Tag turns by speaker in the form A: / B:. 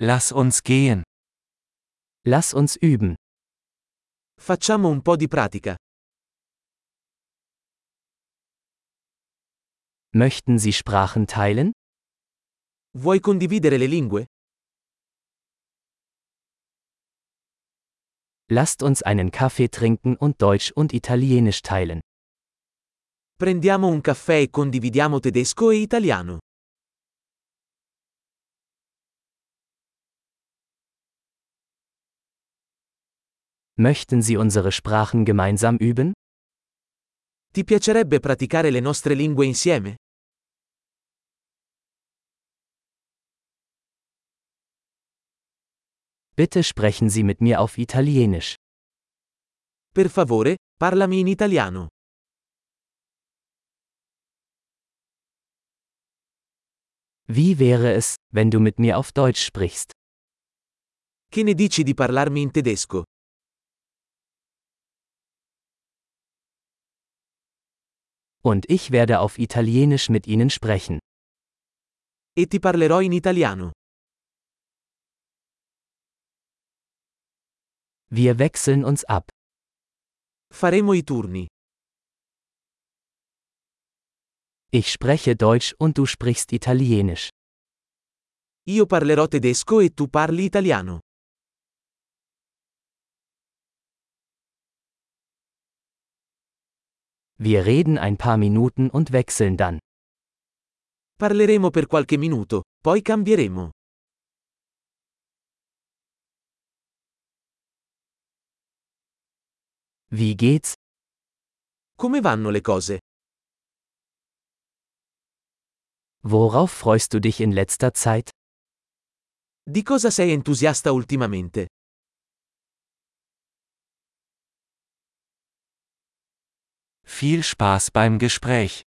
A: Lass uns gehen.
B: Lass uns üben.
C: Facciamo un po' di pratica.
B: Möchten Sie Sprachen teilen?
C: Vuoi condividere le lingue?
B: Lasst uns einen Kaffee trinken und Deutsch und Italienisch teilen.
C: Prendiamo un caffè e condividiamo tedesco e italiano.
B: Möchten Sie unsere Sprachen gemeinsam üben?
C: Ti piacerebbe praticare le nostre lingue insieme?
B: Bitte sprechen Sie mit mir auf Italienisch.
C: Per favore, parlami in italiano.
B: Wie wäre es, wenn du mit mir auf Deutsch sprichst?
C: Che ne dici di parlarmi in tedesco?
B: Und ich werde auf Italienisch mit Ihnen sprechen.
C: E ti parlerò in italiano.
B: Wir wechseln uns ab.
C: Faremo i turni.
B: Ich spreche Deutsch und du sprichst Italienisch.
C: Io parlerò tedesco e tu parli italiano.
B: Wir reden ein paar Minuten und wechseln dann.
C: Parleremo per qualche minuto, poi cambieremo.
B: Wie geht's?
C: Come vanno le cose?
B: Worauf freust du dich in letzter Zeit?
C: Di cosa sei entusiasta ultimamente?
A: Viel Spaß beim Gespräch.